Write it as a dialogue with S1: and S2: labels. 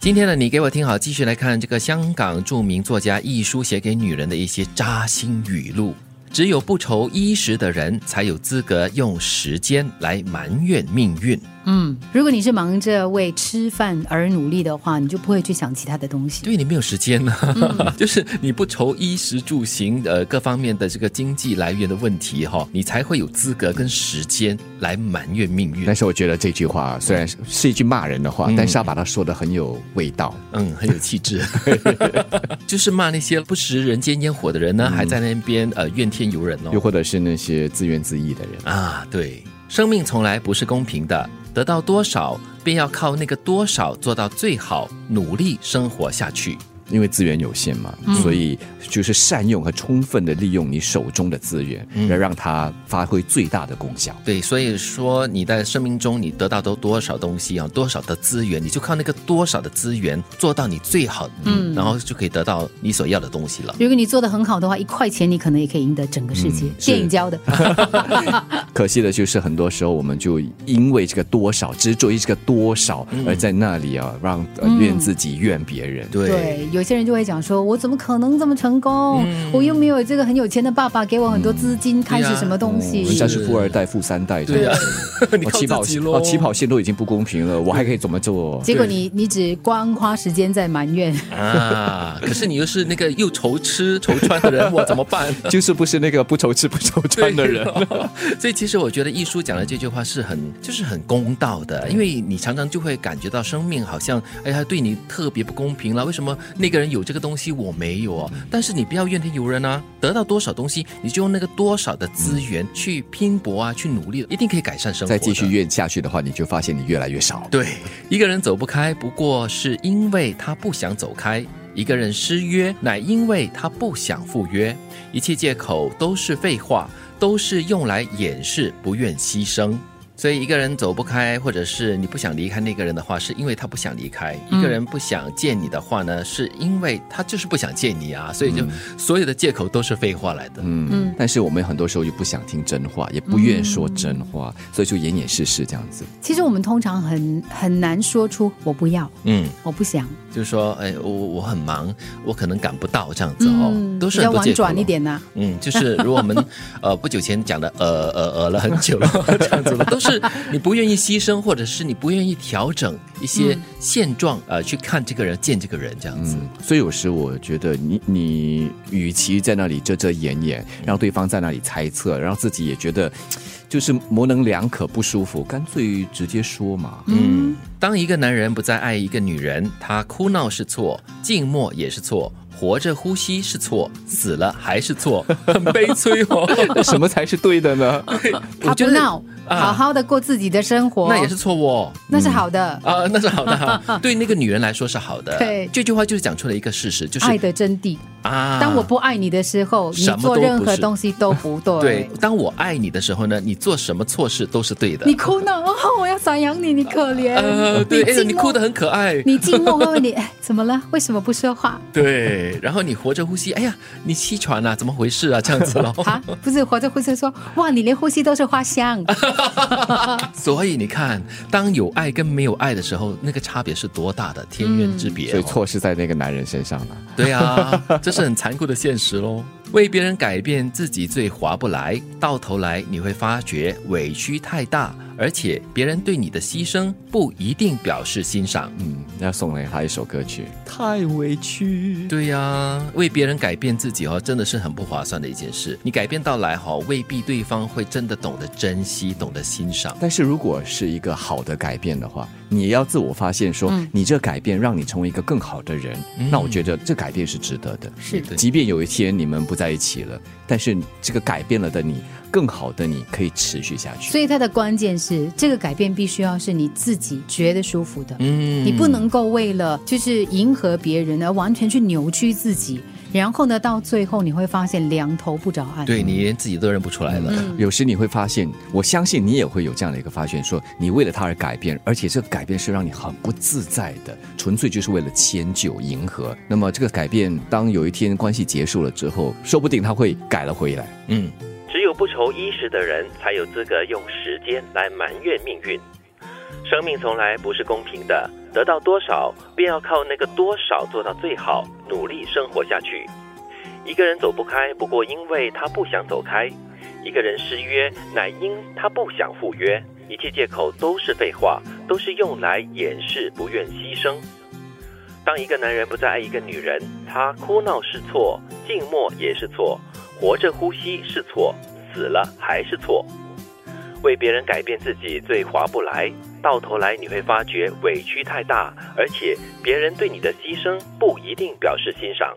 S1: 今天呢，你给我听好，继续来看这个香港著名作家易舒写给女人的一些扎心语录。只有不愁衣食的人，才有资格用时间来埋怨命运。
S2: 嗯，如果你是忙着为吃饭而努力的话，你就不会去想其他的东西。
S1: 对你没有时间呢、 就是你不愁衣食住行呃各方面的这个经济来源的问题哈、你才会有资格跟时间来埋怨命运
S3: 但。是我觉得这句
S1: 嗯
S3: 话虽然是是一句骂人的话，但是他把它说的很有味道。
S1: 嗯，很有气 质，就是骂那些不食人间烟火的人呢，还在那边呃怨天尤人
S3: 又
S1: 哦。
S3: 或者是那些自怨自艾的人，
S1: 啊，对，生命从来不是公平的，得到多少便要靠那个多少做到最好，努力生活下去。
S3: 因为资源有限嘛，
S1: 嗯
S3: 所以就是善用和充分的利用你手中的资源，
S1: 嗯
S3: 来让它发挥最大的功效。
S1: 对，所以说你在生命中你得到都多少东西啊，多少的资源，你就靠那个多少的资源做到你最好，嗯，然后就可以得到你所要的东西了。
S2: 如果你做的很好的话，一块钱你可能也可以赢得整个世界。
S1: 嗯是
S2: 电影教 的，
S3: 可惜的就是，很多时候我们就因为这个多少执着于这个多少，
S1: 嗯
S3: 而在那里啊，让呃怨自己怨别人。
S1: 对，
S2: 对，有些人就会讲说，我怎么可能这么成功？
S1: 嗯
S2: 我又没有这个很有钱的爸爸给我很多资金，开始什么东
S1: 嗯
S2: 西？
S3: 人家嗯是富二代、富三代，
S1: 对呀、 你
S3: 我
S1: 靠
S3: 起跑
S1: 自己
S3: 线
S1: 咯
S3: 哦，起跑线都已经不公平了，我还可以怎么做？
S2: 结果你你只光花时间在埋怨，
S1: 啊！可是你又是那个又愁吃愁穿的人，我怎么办？
S3: 就是不是那个不愁吃不愁穿的人。
S1: 哦 所以其实我觉得艺术讲的这句话是很就是很公道的，因为你常常就会感觉到生命好像哎呀对你特别不公平了，为什么那个人有这个东西我没有啊？但是你不要怨天尤人啊，得到多少东西你就用那个多少的资源去拼搏啊，去努力，一定可以改善生活。
S3: 再继续。怨下去的话，你就发现你越来越少。
S1: 对，一个人走不开，不过是因为他不想走开；一个人失约，乃因为他不想赴约。一切借口都是废话，都是用来掩饰不愿牺牲。所以，一个人走不开，或者是你不想离开那个人的话，是因为他不想离开；
S2: 嗯
S1: 一个人不想见你的话呢，是因为他就是不想见你啊。所以，
S2: 嗯
S1: 就所有的借口都是废话来的。
S3: 嗯，但是我们很多时候又不想听真话，也不愿说真话，所以就掩掩饰饰这样子。
S2: 其实我们通常很很难说出我不要，
S1: 嗯，
S2: 我不想，
S1: 就是说，哎，我我很忙，我可能赶不到这样子哦，都
S2: 嗯比
S1: 是
S2: 较
S1: 很多
S2: 婉
S1: 借口
S2: 转一
S1: 咯
S2: 点呐、
S1: 嗯，就是如果我 们呃不久前讲的呃呃呃了很久了这样子的，都是你不愿意牺牲，或者是你不愿意调整一
S2: 嗯
S1: 些现状，呃，去看这个人、见这个人这样子。
S3: 嗯，所以有时我觉得你你与其在那里遮遮掩掩，让对方在那里猜测，然后自己也觉得就是模棱两可不舒服，干脆直接说 嘛。
S1: 嗯，当一个男人不再爱一个女人，他哭闹是错，静默也是错。活着呼吸是错，死了还是错，很悲催哦。
S3: 什么才是 对哦的呢？
S1: 我
S2: 他
S1: 觉
S2: 不
S1: 得
S2: 闹，哦
S1: 啊
S2: 好好的过自己的生活，
S1: 那也是错哦。
S2: 那是好的，
S1: 啊、那是好的哈，对那个女人来说是好的。
S2: 对
S1: 这句话就是讲出了一个事实，就是
S2: 爱的真谛。
S1: 啊，
S2: 当我不爱你的时候，你
S1: 什么
S2: 做
S1: 都
S2: 任
S1: 不
S2: 何
S1: 是
S2: 东西都不对。
S1: 对，当我爱你的时候呢，你做什么错事都是对的
S2: 你。哭闹，哦，我要散养你，你可怜。
S1: 呃，对，哎呦，
S2: 静
S1: 你
S2: 默
S1: 哭得很可爱。
S2: 你静默问问你，哎，怎么了？为什么不说话？
S1: 对，然后你活着呼吸，哎呀，你气喘了、怎么回事啊？这样子咯。
S2: 啊，不是活着呼吸说，哇，你连呼吸都是花 香。
S1: 所以你看，当有爱跟没有爱的时候，那个差别是多大的天渊之别、哦
S3: 所以错是在那个男人身上了。
S1: 对啊，这是很残酷的现实喽。 为别人改变自己最划不来，到头来你会发觉委屈太大，而且别人对你的牺牲不一定表示欣赏。
S3: 嗯，要送给他一首歌曲，太委屈。
S1: 对呀、为别人改变自己哦，真的是很不划算的一件事。你改变到来哈、未必对方会真的懂得珍惜，懂得欣赏。
S3: 但是如果是一个好的改变的话，你要自我发现说，
S2: 嗯
S3: 你这改变让你成为一个更好的人，那我觉得这改变是值得的。
S2: 是
S1: 对
S3: 即便有一天你们不在一起了，但是这个改变了的你，更好的你可以持续下去。
S2: 所以它的关键是，这个改变必须要是你自己觉得舒服的。
S1: 嗯
S2: 你不能够为了就是迎合别人而完全去扭曲自己，然后呢，到最后你会发现两头不着岸。
S1: 嗯对你连自己都认不出来了。
S2: 嗯
S3: 有时你会发现，我相信你也会有这样的一个发现，说你为了他而改变，而且这个改变是让你很不自在的，纯粹就是为了迁就迎合。那么这个改变，当有一天关系结束了之后，说不定他会改了回来。
S1: 嗯，
S4: 只有不愁衣食的人，才有资格用时间来埋怨命运。生命从来不是公平的，得到多少便要靠那个多少做到最好，努力生活下去。一个人走不开，不过因为他不想走开；一个人失约，乃因他不想赴约。一切借口都是废话，都是用来掩饰不愿牺牲。当一个男人不再爱一个女人，他哭闹是错，静默也是错，活着呼吸是错，死了还是错。为别人改变自己最划不来，到头来你会发觉委屈太大，而且别人对你的牺牲不一定表示欣赏。